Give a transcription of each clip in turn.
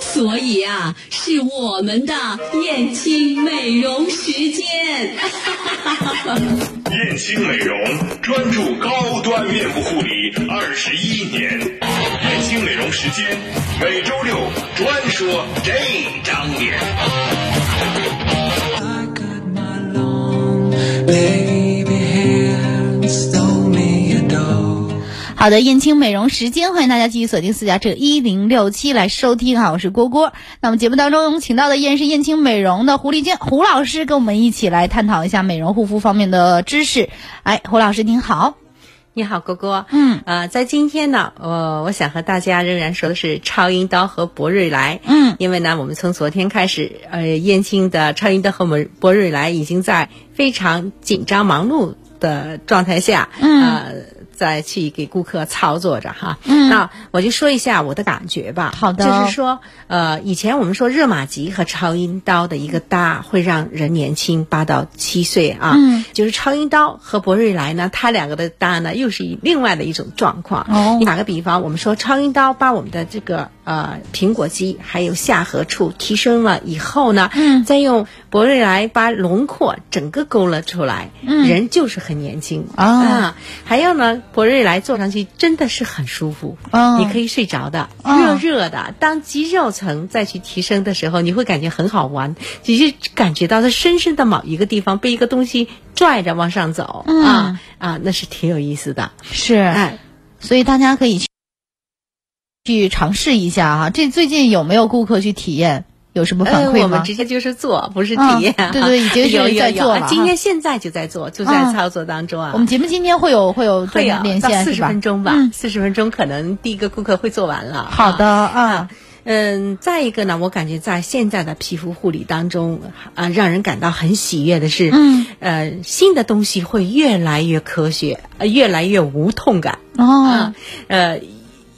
所以啊，是我们的燕青美容时间。燕青美容专注高端面部护理二十一年，燕青美容时间每周六专说这张脸。 I cut my long baby hair and stole me a doll. 好的，燕青美容时间，欢迎大家继续锁定私家车一零六七来收听啊，我是郭郭。那么节目当中，我们请到的依然是燕青美容的胡丽娟胡老师，跟我们一起来探讨一下美容护肤方面的知识。哎，胡老师您好，你好，郭郭。嗯呃，在今天呢，呃，我想和大家仍然说的是超音刀和博瑞莱。嗯因为呢，我们从昨天开始，呃，燕青的超音刀和博博瑞莱已经在非常紧张忙碌的状态下，嗯呃，在去给顾客操作着哈。嗯那我就说一下我的感觉吧。好的就是说，呃，以前我们说热玛吉和超音刀的一个搭会让人年轻八到七岁啊。嗯就是超音刀和博瑞莱呢，它两个的搭呢又是一另外的一种状况。哦你打个比方，我们说超音刀把我们的这个呃苹果肌还有下颌处提升了以后呢，嗯再用博瑞莱把轮廓整个勾勒出来，嗯人就是很年轻哦啊。还有呢，博瑞莱坐上去真的是很舒服，哦你可以睡着的，哦热热的。当肌肉层再去提升的时候，你会感觉很好玩，只是感觉到它深深的某一个地方被一个东西拽着往上走、嗯啊啊，那是挺有意思的，是哎。所以大家可以去去尝试一下啊。这最近有没有顾客去体验？有什么反馈吗？呃、我们直接就是做，不是体验、嗯对对已经是 有有在有做了嗯啊今天现在就在做，就在操作当中啊。我们节目今天会有会有会专有门连到线四是十吧分？钟吧嗯，四十、分钟可能第一个顾客会做完了。好的啊啊，嗯，再一个呢，我感觉在现在的皮肤护理当中啊、让人感到很喜悦的是，嗯，呃，新的东西会越来越科学，呃，越来越无痛感，哦啊，，呃，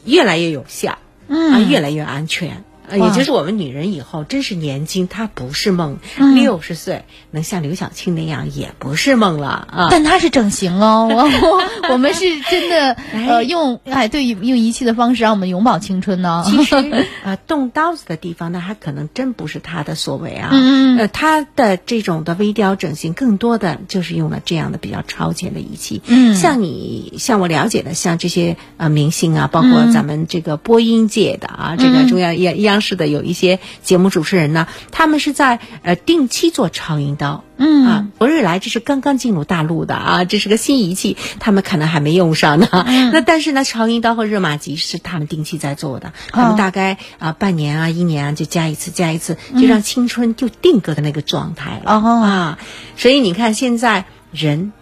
越来越有效。啊，嗯，越来越安全。呃哇也就是我们女人以后真是年轻，她不是梦嗯。六十岁能像刘晓庆那样也不是梦了啊！但它是整形 哦，我我我们是真的呃哎用哎对用仪器的方式让我们永葆青春呢。其实啊，动刀子的地方呢，还可能真不是她的所为啊。嗯嗯嗯呃，她的这种的微雕整形，更多的就是用了这样的比较超前的仪器。嗯像你，像我了解的，像这些呃明星啊，包嗯括咱们这个播音界的啊，这嗯个中央央央视的有一些节目主持人呢，他们是在呃定期做超音刀。嗯啊，博瑞莱这是刚刚进入大陆的啊，这是个新仪器，他们可能还没用上呢。嗯 那但是呢，超音刀和热玛吉是他们定期在做哦的，他们大概啊、半年啊一年啊就加一次加一次，就让青春就定格的那个状态了、嗯哦啊。所以你看现在人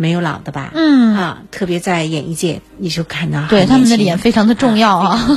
没有老的吧？嗯，啊，特别在演艺界，你就看到对，很他们的年轻脸非常的重要啊，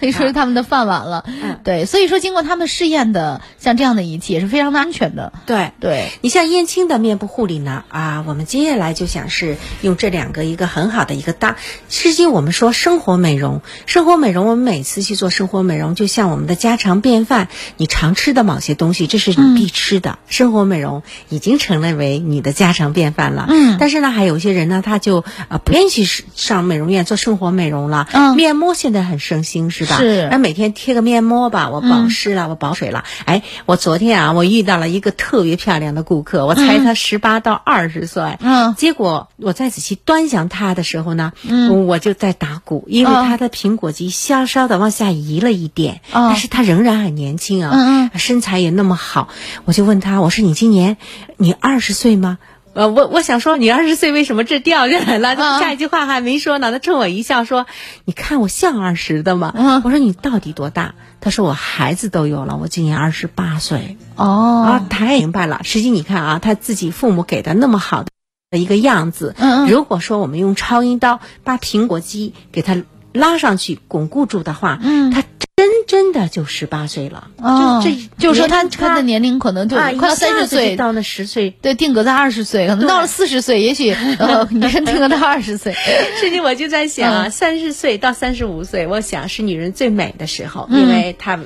可 以说是啊他们的饭碗了。嗯对，所以说经过他们试验的像这样的仪器也是非常的安全的。对对，你像燕青的面部护理呢，啊，我们接下来就想是用这两个一个很好的一个搭。实际我们说生活美容，生活美容，我们每次去做生活美容，就像我们的家常便饭，你常吃的某些东西，这是嗯你必吃的。生活美容已经成了为你的家常便饭了。嗯但是呢，还有一些人呢，他就呃不愿意去上美容院做生活美容了。嗯面膜现在很盛行，是吧？是那每天贴个面膜吧，嗯我保湿了，我保水了。哎，我昨天啊，我遇到了一个特别漂亮的顾客，我猜她十八到二十岁。嗯结果我再仔细端详她的时候呢，嗯我就在打鼓，因为哦她的苹果肌稍稍的往下移了一点，哦但是她仍然很年轻啊。嗯嗯，身材也那么好，我就问他，我说你今年你二十岁吗？呃，我我想说，你二十岁为什么这掉下来了？啊下一句话还没说呢，他冲我一笑说：“你看我像二十的吗？”啊我说：“你到底多大？”他说：“我孩子都有了，我今年二十八岁。”哦啊，，太明白了。实际你看啊，他自己父母给的那么好的一个样子，嗯嗯如果说我们用超音刀把苹果肌给它拉上去、巩固住的话，嗯它真真的就十八岁了。哦这这，就是说他年龄差他的年龄可能就啊，快到一下三十子就岁，到了十岁，对，定格在二十岁，可能到了四十岁，也许 呃，女生定格到二十岁，最近我就在想啊，嗯三十岁到三十五岁，我想是女人最美的时候，嗯因为她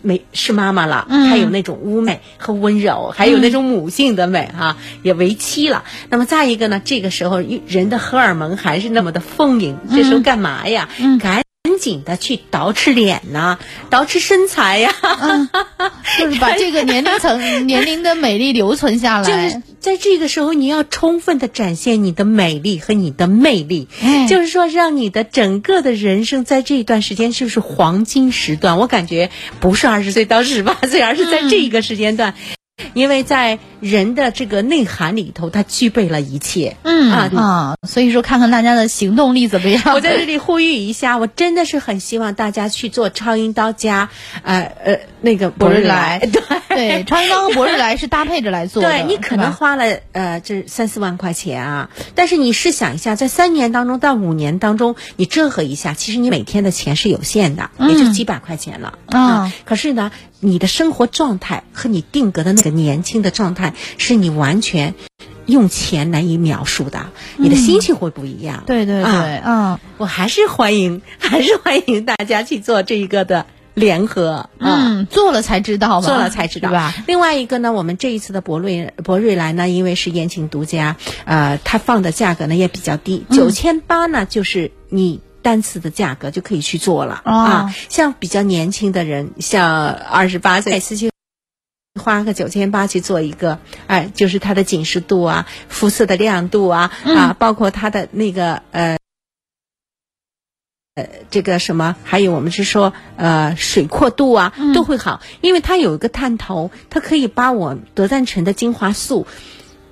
没是妈妈了，嗯她有那种污美和温柔，还有那种母性的美哈、也为妻了。那么再一个呢，这个时候人的荷尔蒙还是那么的丰盈，这时候干嘛呀？嗯赶紧的去捯饬脸呐、捯饬身材呀、就是把这个年龄 层年龄的美丽留存下就来是。在这个时候，你要充分的展现你的美丽和你的魅力，哎就是说，让你的整个的人生在这一段时间是不是黄金时段？我感觉不是二十岁到十八岁，而是在这一个时间段。因为在人的这个内涵里头，它具备了一切。嗯啊啊，所以说看看大家的行动力怎么样。我在这里呼吁一下，我真的是很希望大家去做超音刀加呃呃那个博瑞莱，对 对超音刀和博日莱是搭配着来做的，对你可能是吧花了呃这三四万块钱啊，但是你试想一下，在三年当中到五年当中，你折合一下，其实你每天的钱是有限的，也嗯就几百块钱了啊可是呢，你的生活状态和你定格的那个年轻的状态，是你完全用钱难以描述的，你的心情会不一样。嗯对对啊对，嗯我还是欢迎，还是欢迎大家去做这一个的联合啊。嗯，做了才知道嘛，做了才知道对吧？？另外一个呢，我们这一次的博瑞博瑞莱呢，因为是宴请独家，呃，它放的价格呢也比较低，九千八呢就是你。单次的价格就可以去做了、哦啊！像比较年轻的人，像二十八岁，每次去花个九千八去做一个，哎，就是它的紧实度啊、肤色的亮度啊、啊，包括它的那个呃。呃，这个什么，还有我们是说，呃，水阔度啊，嗯都会好，因为它有一个探头，它可以把我德赞臣的精华素，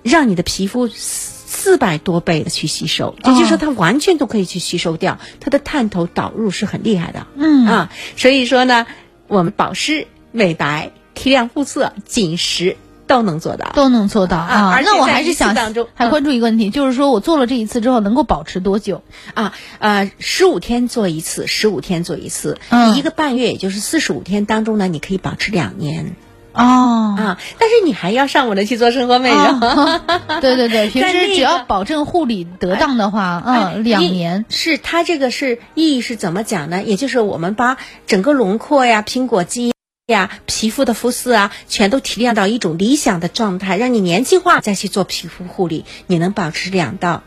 让你的皮肤四百多倍的去吸收，也就是说，它完全都可以去吸收掉，它的探头导入是很厉害的。嗯啊，所以说呢，我们保湿、美白、提亮肤色、紧实都能做到。都能做到啊而且那我在还一是次想当中还嗯关注一个问题，就是说我做了这一次之后能够保持多久？啊，呃，十五天做一次，十五天做一次，嗯一个半月，也就是四十五天当中呢，你可以保持两年哦，啊。但是你还要上我的去做生活美容。啊对对对，平 在那时只个要保证护理得当的话，哎嗯，两意年，是它这个是意义是怎么讲呢？也就是我们把整个轮廓呀、苹果肌呀、皮肤的肤色啊，全都提炼到一种理想的状态，让你年轻化，再去做皮肤护理，你能保持两到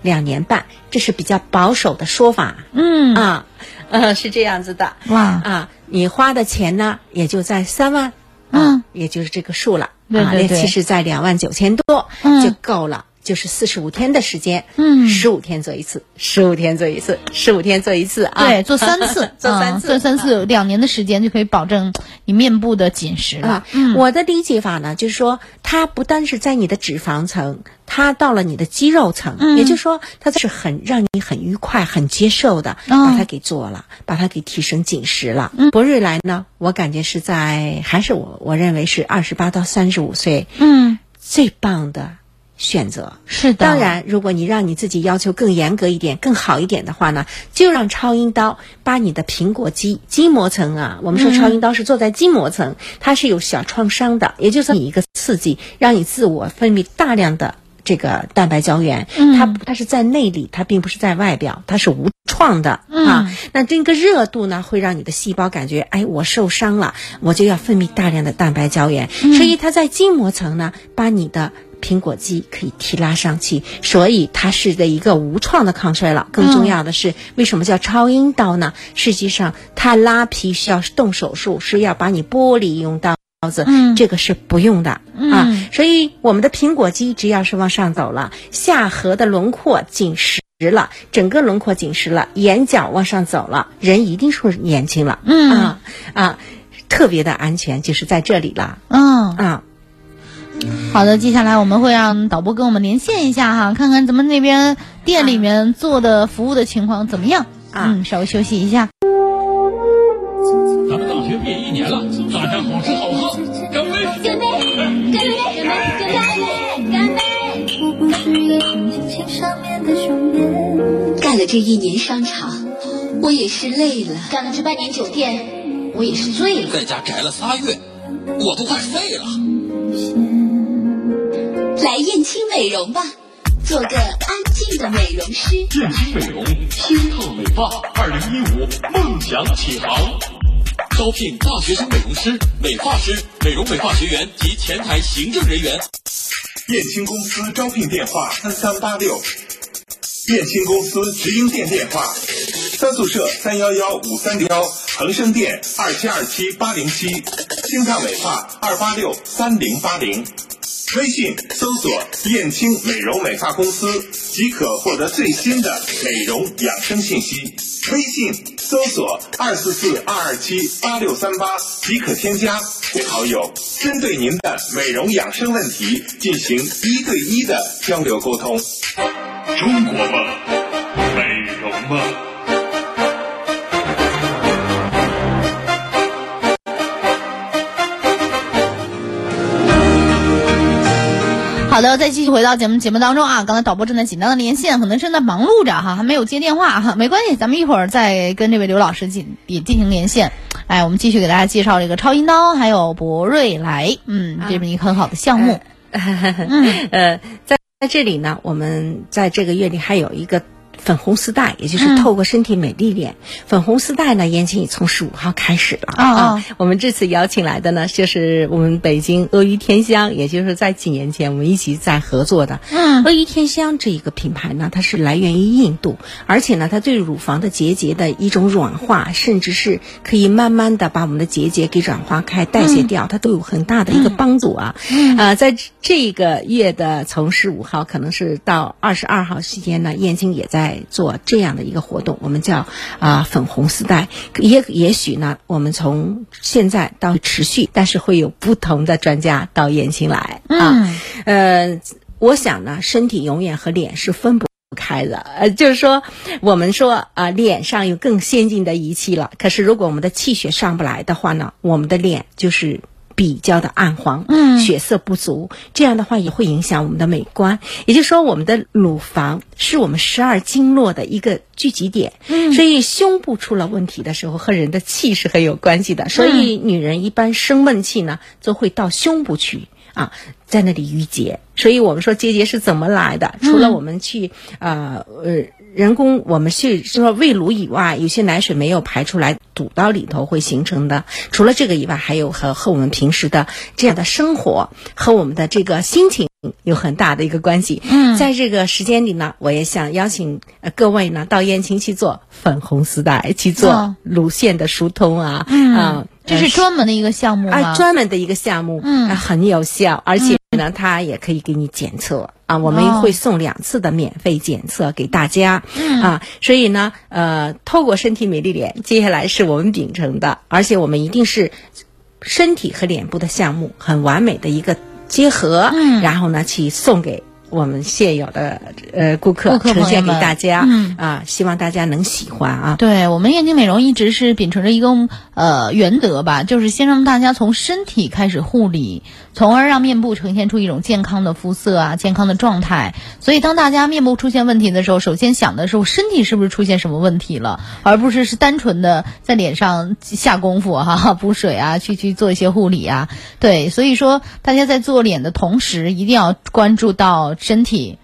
两年半，这是比较保守的说法、嗯，啊，呃，是这样子的哇，啊。你花的钱呢，也就在三万，嗯啊，也就是这个数了对对啊。那对其实在两万九千多、嗯就够了。就是四十五天的时间，嗯十五天做一次，十五天做一次，十五天做一次啊，，对，做三次 做嗯三次，啊做三次，两年的时间就可以保证你面部的紧实了啊。。我的理解法呢，就是说，它不单是在你的脂肪层，它到了你的肌肉层，嗯也就是说，它是很让你很愉快、很接受的，哦把它给做了，把它给提升紧实了。嗯、博瑞莱呢，我感觉是在还是我我认为是二十八到三十五岁嗯，最棒的选择。是的，当，然，如果你让你自己要求更严格一点、更好一点的话呢，就让超音刀把你的苹果肌筋膜层啊，我们说超音刀是坐在筋膜层，它是有小创伤的，也就是你一个刺激，让你自我分泌大量的。这个蛋白胶原，嗯它它是在内里，它并不是在外表，它是无创的、嗯啊。那这个热度呢，会让你的细胞感觉，哎，我受伤了，我就要分泌大量的蛋白胶原，嗯所以它在筋膜层呢，把你的苹果肌可以提拉上去，所以它是的一个无创的抗衰老。更重要的是，为什么叫超音刀呢？实际上，它拉皮需要动手术，是要把你剥离用刀。子，嗯这个是不用的、啊嗯，所以我们的苹果肌只要是往上走了，下颌的轮廓紧实了，整个轮廓紧实了，眼角往上走了，人一定是年轻了，嗯啊啊，特别的安全就是在这里了嗯，啊。好的，接下来我们会让导播跟我们连线一下哈，看看咱们那边店里面做的服务的情况怎么样。啊嗯，稍微休息一下。咱们大学毕业一年了，大家好吃好喝，干杯！干杯！干杯！干杯！干杯！干杯！我不是个情绪情上面的双面。干了这一年商场，我也是累了。干了这半年酒店，我也是醉了。在家宅了仨月，我都快废了。来燕青美容吧，做个安静的美容师。燕青美容新特美发二零一五梦想起航，招聘大学生美容师、美发师、美容美发学员及前台行政人员。燕青公司招聘电话三三八六，燕青公司直营店电话三宿舍三幺幺五三零幺，恒生店二七二七八零七，清烫美发二八六三零八零。微信搜索“燕青美容美发公司”即可获得最新的美容养生信息。微信搜索“二四四二二七八六三八”即可添加为好友，针对您的美容养生问题进行一对一的交流沟通。中国梦，美容梦。好的，再继续回到咱们节目当中啊！刚才导播正在紧张的连线，可能正在忙碌着哈，还没有接电话哈，没关系，咱们一会儿再跟这位刘老师进也进行连线。哎，我们继续给大家介绍这个超音刀，还有博瑞莱，嗯，这是一个很好的项目。嗯呃，在在这里呢，我们在这个月里还有一个。粉红丝带，也就是透过身体美丽脸。粉红丝带呢，延期已从十五号开始了哦哦啊。我们这次邀请来的呢，就是我们北京阿谀天香，也就是在几年前我们一起在合作的。嗯 阿谀天香这一个品牌呢，它是来源于印度，而且呢，它对乳房的结节的一种软化，甚至是可以慢慢的把我们的结节给软化开、代谢掉，它都有很大的一个帮助啊。嗯啊、在这个月的从十五号可能是到二十二号期间呢，燕京也在做这样的一个活动，我们叫啊、粉红丝带，也也许呢，我们从现在到持续，但是会有不同的专家到燕京来嗯啊。呃，我想呢，身体永远和脸是分不。开的，呃，就是说，我们说啊、脸上有更先进的仪器了。可是，如果我们的气血上不来的话呢，我们的脸就是比较的暗黄，嗯，血色不足，这样的话也会影响我们的美观。也就是说，我们的乳房是我们十二经络的一个聚集点，嗯，所以胸部出了问题的时候，和人的气是很有关系的。所以，女人一般生闷气呢，就会到胸部去。啊，在那里淤结。所以我们说结节是怎么来的？除嗯了我们去呃呃人工我们去就说喂乳以外，有些奶水没有排出来堵到里头会形成的。除了这个以外，还有和和我们平时的这样的生活和我们的这个心情。有很大的一个关系。嗯，在这个时间里呢，我也想邀请呃各位呢到燕青去做粉红丝带，去哦做乳腺的疏通啊，啊，嗯这是专门的一个项目吗？啊，专门的一个项目，嗯啊很有效，而且呢，它也可以给你检测啊，我们会送两次的免费检测给大哦家，嗯啊，所以呢，呃，透过身体美丽脸，接下来是我们秉承的，而且我们一定是身体和脸部的项目很完美的一个结合，嗯然后呢，去送给。我们现有的呃顾顾客客朋友呈现给们大家，嗯啊，希望大家能喜欢啊。对我们燕京美容一直是秉承着一个呃原则吧，就是先让大家从身体开始护理，从而让面部呈现出一种健康的肤色啊、健康的状态。所以，当大家面部出现问题的时候，首先想的是我身体是不是出现什么问题了， 而不是是单纯的在脸上下功夫哈、补水啊，去去做一些护理啊。对，所以说大家在做脸的同时，一定要关注到身体。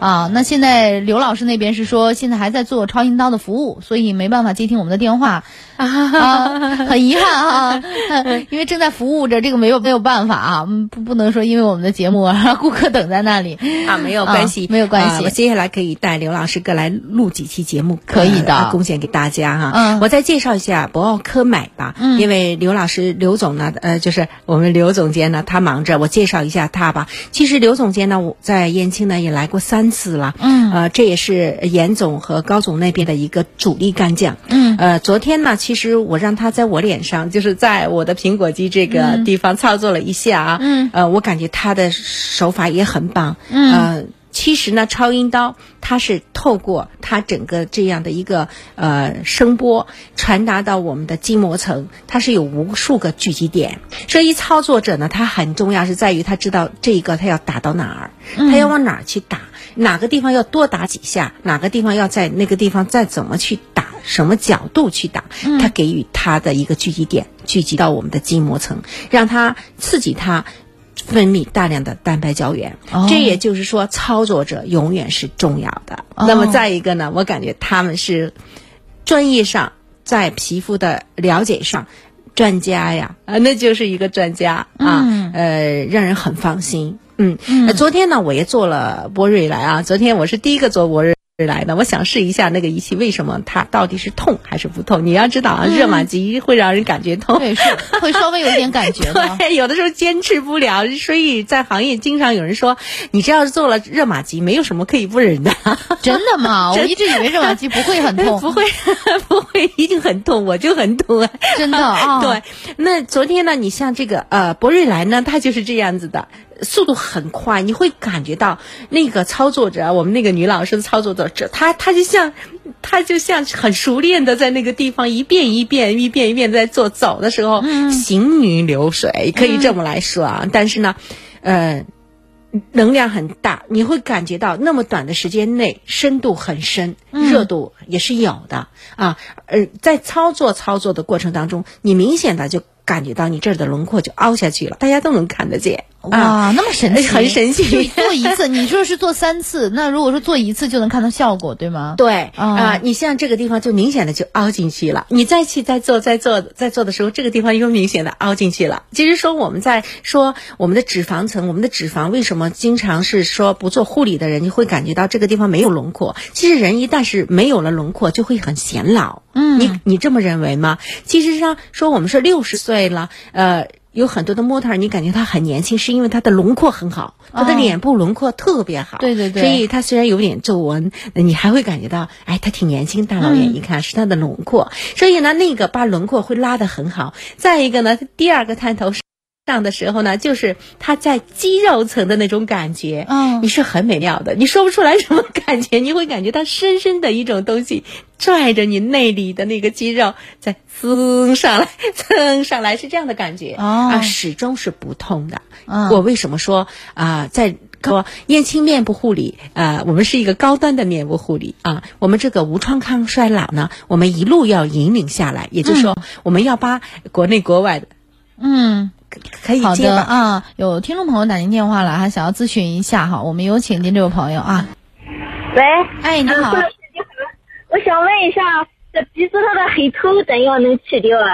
啊，那现在刘老师那边是说现在还在做超音刀的服务，所以没办法接听我们的电 话啊，很遗憾啊， 因为正在服务着，这个没有没有办法啊，嗯不不能说因为我们的节目让 顾客等在那 里， 啊，没有啊关系，没有关系啊我接下来可以带刘老师哥来录几期节目，可以的呃贡献给大家哈。嗯我再介绍一下博奥科美吧，嗯因为刘老师刘总呢，呃，就是我们刘总监呢，他忙着，我介绍一下他吧。其实刘总监呢，我在燕青呢也来过三次了，嗯呃，这也是严总和高总那边的一个主力干将，嗯呃，昨天呢，其实我让他在我脸上，就是在我的苹果肌这个地方操作了一下啊，嗯呃，我感觉他的手法也很棒，嗯呃。其实呢，超音刀它是透过它整个这样的一个呃声波传达到我们的筋膜层，它是有无数个聚集点，所以操作者呢，他很重要是在于他知道这一个他要打到哪儿，嗯他要往哪儿去打，哪个地方要多打几下，哪个地方要在那个地方再怎么去打，什么角度去打，嗯它给予它的一个聚集点，聚集到我们的筋膜层，让它刺激它。分泌大量的蛋白胶原，哦这也就是说，操作者永远是重要的。哦那么再一个呢，我感觉他们是专业上在皮肤的了解上。专家呀，啊，那就是一个专家啊，嗯呃，让人很放心。嗯，嗯昨天呢，我也做了博瑞来啊，昨天我是第一个做博瑞。来的，我想试一下那个仪器为什么它到底是痛还是不痛？你要知道啊，热玛吉会让人感觉痛，对，是会稍微有一点感觉的。对，有的时候坚持不了，所以在行业经常有人说，你这要是做了热玛吉，没有什么可以不忍的，真的吗？我一直以为热玛吉不会很痛， 不会，不会，一定很痛，我就很痛啊。真的啊。 对，那昨天呢，你像这个呃博瑞莱呢，它就是这样子的，速度很快，你会感觉到那个操作者，我们那个女老师的操作者，这她她就像她就像很熟练的在那个地方一遍一遍一遍一遍地在做，走的时候、行云流水，可以这么来说啊。但是呢，呃。能量很大，你会感觉到那么短的时间内深度很深，热度也是有的啊。呃，在操作操作的过程当中，你明显的就感觉到你这儿的轮廓就凹下去了，大家都能看得见啊。哇，那么神奇，很神奇就做一次，你说是做三次，那如果说做一次就能看到效果，对吗？对啊、哦你像这个地方就明显的就凹进去了。你再去再做再做再做的时候，这个地方又明显的凹进去了。其实说我们在说我们的脂肪层，我们的脂肪为什么经常是说不做护理的人，你会感觉到这个地方没有轮廓。其实人一旦是没有了轮廓，就会很显老。嗯，你你这么认为吗？其实上说我们是六十岁了，呃。有很多的模特儿，你感觉她很年轻，是因为她的轮廓很好，她的哦脸部轮廓特别好。对对对所以她虽然有点皱纹，你还会感觉到，哎，她挺年轻，大老远一看、是她的轮廓。所以呢，那个把轮廓会拉得很好。再一个呢，第二个探头上的时候呢，就是她在肌肉层的那种感觉，嗯你是很美妙的，你说不出来什么感觉，你会感觉到深深的一种东西拽着你内里的那个肌肉在蹭上来， 蹭上来是这样的感觉、哦啊，始终是不痛的。嗯我为什么说啊、在说燕青面部护理，呃，我们是一个高端的面部护理啊。我们这个无创抗衰老呢，我们一路要引领下来，也就是说，我们要把国内国外的嗯，可以好接的吧。啊，有听众朋友打您电话了，还想要咨询一下哈，我们有请您这位朋友啊。喂，哎，你好顾，老师你好，我想问一下，这鼻子上的黑头怎样能去掉啊？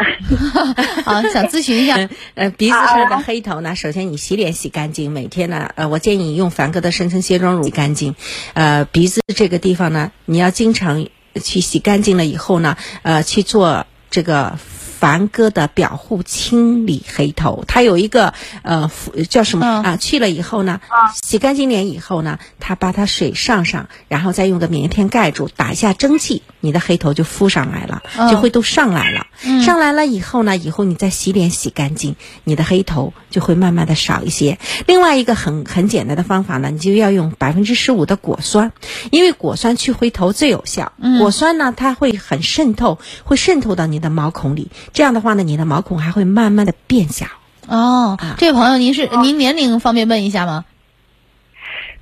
啊，想咨询一 下，呃，鼻子上的黑头呢，首先你洗脸洗干净，每天呢，呃，我建议你用梵歌的深层卸妆乳洗干净。呃，鼻子这个地方呢，你要经常去洗干净了以后呢，呃，去做这个。梵歌的表护清理黑头，它有一个呃辅叫什么嗯啊、去了以后呢，洗干净脸以后呢，它把它水上上，然后再用个棉片盖住，打一下蒸汽，你的黑头就浮上来了，嗯就会都上来了。上来了以后呢，以后你再洗脸洗干净，你的黑头就会慢慢的少一些。另外一个很很简单的方法呢，你就要用百分之十五的果酸，因为果酸去灰头最有效。嗯果酸呢，它会很渗透，会渗透到你的毛孔里，这样的话呢，你的毛孔还会慢慢的变小。哦，这位朋友您是您年龄方便问一下吗？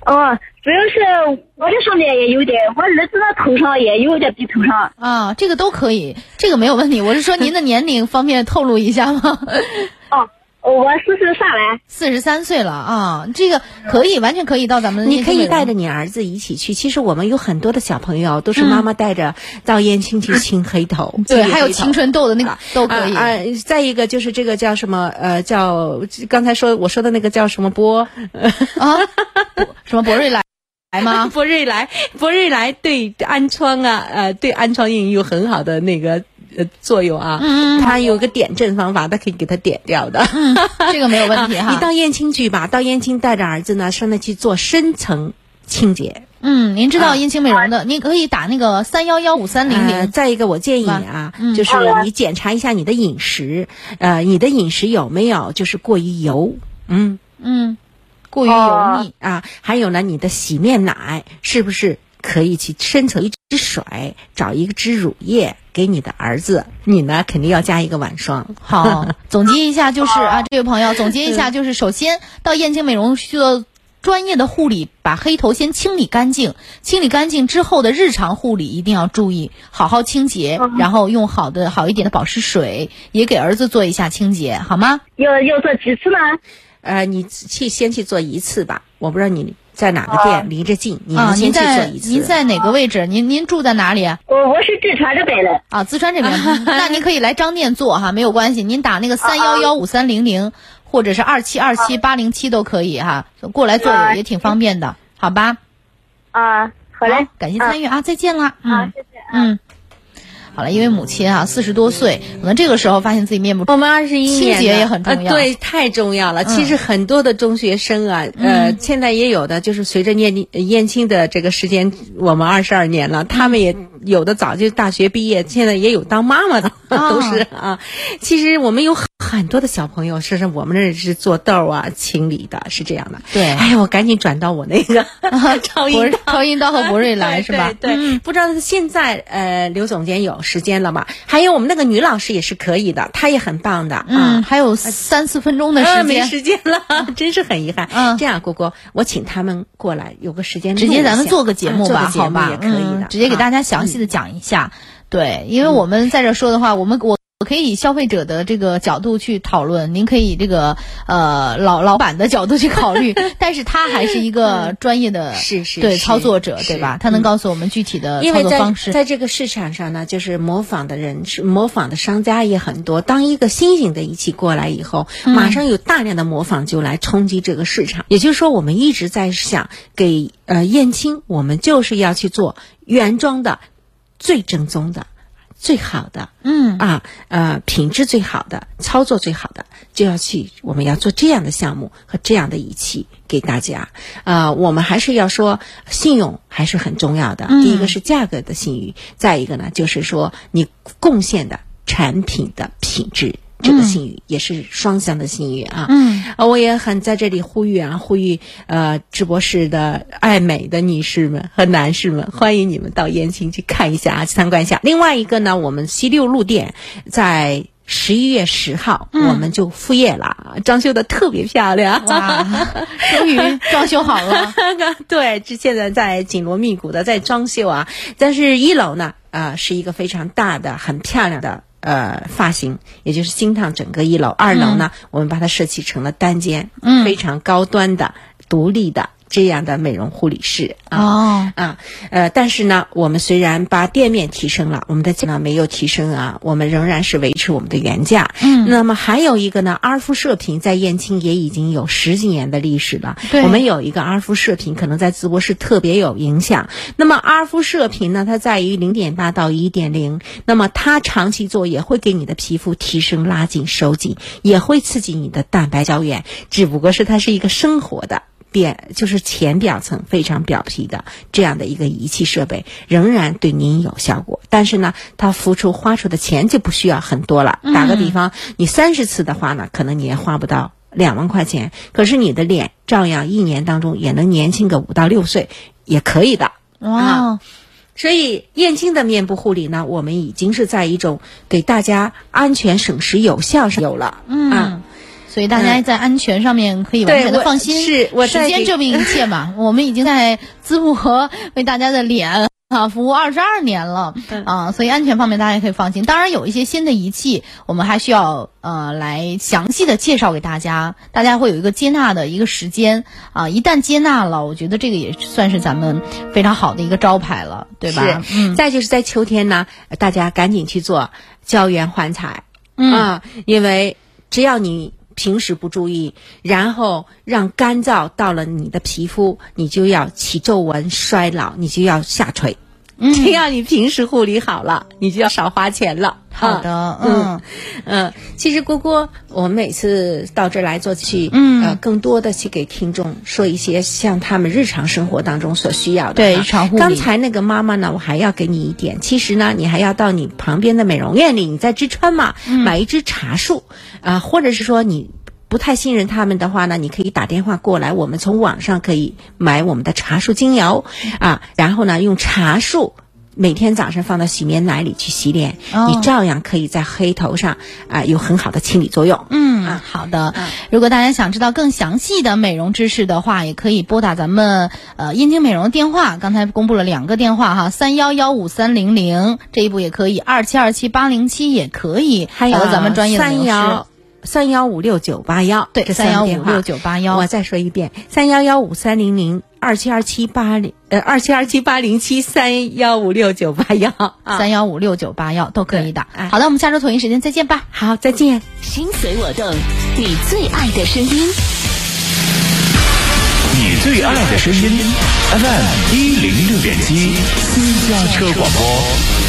哦，主要是我这上面也有点，我儿子的头上也有点鼻头上。啊，这个都可以，这个没有问题。我是说您的年龄方便透露一下吗？ 哦，我试试啥来？四十三岁了啊，这个可以，完全可以到咱们你可以带着你你儿子一起去。其实我们有很多的小朋友都是妈妈带着到燕青去清黑头，嗯对，清理还有黑头青春痘的那个都可以啊啊！再一个就是这个叫什么呃，叫刚才说我说的那个叫什么波啊， 什么博瑞来来 吗？博瑞莱，博瑞莱对暗疮啊，呃，对暗疮应有很好的那个呃作用啊。嗯它有个点阵方法，它可以给它点掉的。这个没有问题啊你哈。到燕青去吧，到燕青带着儿子呢，上那去做深层清洁。嗯，您啊知道燕青美容的，您可以打那个三幺幺五三零呃零。再一个，我建议你啊，嗯就是你检查一下你的饮食，呃，你的饮食有没有就是过于油？嗯。嗯，过于油腻。啊，还有呢，你的洗面奶是不是可以去深层一支水，找一支乳液给你的儿子？你呢，肯定要加一个晚 霜。啊嗯好，总结一下就是啊，这位朋友，总结一下就是，首先到燕青美容去做专业的护理把黑头先清理干净，清理干净之后的日常护理一定要注意，好好清洁，然后用好的好一点的保湿水，也给儿子做一下清洁，好吗？要要做几次呢？呃，你去先去做一次吧，我不知道你在哪个店、离着近，你啊，们您先去做在一次。您在哪个位置？您您住在哪里？我我是四川这边的。啊，淄川 这边，那您可以来张店做哈，没有关系。您打那个三幺幺五三零零，或者是二七二七八零七都可以哈，过来做啊也挺方便的，好吧？啊，好嘞，感谢参与啊，再见啦，好嗯，嗯。好了，因为母亲啊，四十多岁，可能这个时候发现自己面部 我们二十一清年洁的也很重要，呃对，太重要了。嗯其实很多的中学生啊，呃，现在也有的就是随着念燕青的这个时间，我们二十二年嗯了，他们也有的早就大学毕业，现在也有当妈妈的，啊 都是啊。其实我们有很很多的小朋友，是是我们这是做豆儿啊、清理的，是这样的。对哎呀，我赶紧转到我那个超博音刀。超音刀和博瑞来来是吧？ 嗯对对不知道现在呃，刘总监有时间了吗？还有我们那个女老师也是可以的，她也很棒的嗯，啊。还有三四分钟的啊，时没间，时间了，真是很遗憾。嗯这样，郭郭，我请他们过来，有个时间直接咱们做做个节目吧，嗯做好个节目吧？也可以嗯的，啊嗯直接给大家家详细的讲一下。对，因为我们在这说的话，我们我。我可以以消费者的这个角度去讨论，您可以以这个呃老老板的角度去考 虑，但是他还是一个专业的嗯是是对是操作者对是嗯吧？他能告诉我们具体的因操为作在方式。在这个市场上呢，就是模仿的人是模仿的商家也很多。当一个新型的仪器过来以后，嗯马上有大量的模仿就来冲击这个市场。也就是说，我们一直在想给呃燕青，我们就是要去做原装的、最正宗的、最好的。嗯啊，呃，品质最好的，操作最好的，就要去，我们要做这样的项目和这样的仪器给大家。啊，我们还是要说信用还是很重要的。嗯第一个是价格的信誉，再一个呢就是说你贡献的产品的品质。这个信誉、也是双向的信誉啊！嗯啊，我也很在这里呼吁啊，呼吁呃直播室的爱美的女士们和男士们，欢迎你们到燕青去看一下啊，去参观一下。另外一个呢，我们西六路店在十一月十号、嗯我们就复业了啊，装修的特别漂亮， 哇，终于装修好了，对，这现在在紧锣密鼓的在装修啊，但是一楼呢，啊、是一个非常大的、很漂亮的。呃，发型也就是新烫整个一楼，二楼呢，我们把它设计成了单间，嗯非常高端的、独立的这样的美容护理室啊。哦，啊，呃，但是呢，我们虽然把店面提升了，我们的价呢没有提升啊，我们仍然是维持我们的原价。嗯那么还有一个呢，阿尔夫射频在燕青也已经有十几年的历史了。对我们有一个阿尔夫射频，可能在淄博市特别有影响。那么阿尔夫射频呢，它在于零点八到一点零，那么它长期做也会给你的皮肤提升、拉紧、收紧，也会刺激你的蛋白胶原，只不过是它是一个生活的。变就是浅表层非常表皮的这样的一个仪器设备，仍然对您有效果。但是呢，它付出花出的钱就不需要很多了。打个比方，你三十次的话呢，可能你也花不到两万块钱，可是你的脸照样一年当中也能年轻个五到六岁，也可以的。哇啊哦，所以，燕青的面部护理呢，我们已经是在一种给大家安全、省时、有效上有了。嗯。啊所以大家在安全上面可以完对全的我放心，是我时在间给证明一切 嘛。我们已经在淄博为大家的脸啊服务二十二年了嗯啊，所以安全方面大家也可以放心。当然有一些新的仪器，我们还需要呃来详细的介绍给大家，大家会有一个接纳的一个时间啊。一旦接纳了，我觉得这个也算是咱们非常好的一个招牌了，对吧？是嗯再就是在秋天呢，呃大家赶紧去做胶原焕彩嗯啊，因为只要你平时不注意，然后让干燥到了你的皮肤，你就要起皱纹、衰老，你就要下垂。嗯， 只要你平时护理好了，你就要少花钱了。好嗯的，嗯嗯嗯，其实郭郭，我们每次到这儿来做去，嗯呃，更多的去给听众说一些像他们日常生活当中所需要的。对啊日常护理刚才那个妈妈呢，我还要给你一点，其实呢，你还要到你旁边的美容院里，你在淄川嘛，嗯买一支茶树，啊、或者是说你。不太信任他们的话呢，你可以打电话过来，我们从网上可以买我们的茶树精油啊，然后呢用茶树每天早上放到洗面奶里去洗脸，哦你照样可以在黑头上啊、有很好的清理作用。嗯，好的。如果大家想知道更详细的美容知识的话，也可以拨打咱们呃燕京美容的电话，刚才公布了两个电话哈，三幺幺五三零零这一步也可以，二七二七八零七也可以，还有找到咱们专业的美哎呃三容师幺。三幺五六九八幺，对这三个电话3156981我再说一遍，三幺幺五三零零二七二七八零呃二七二七八零七三幺五六九八幺啊，三幺五六九八幺都可以的对哎。好的，我们下周同一时间再见吧。好，再见。心随我动，你最爱的声音。你最爱的声音，FM 一零六点七，私家车广播。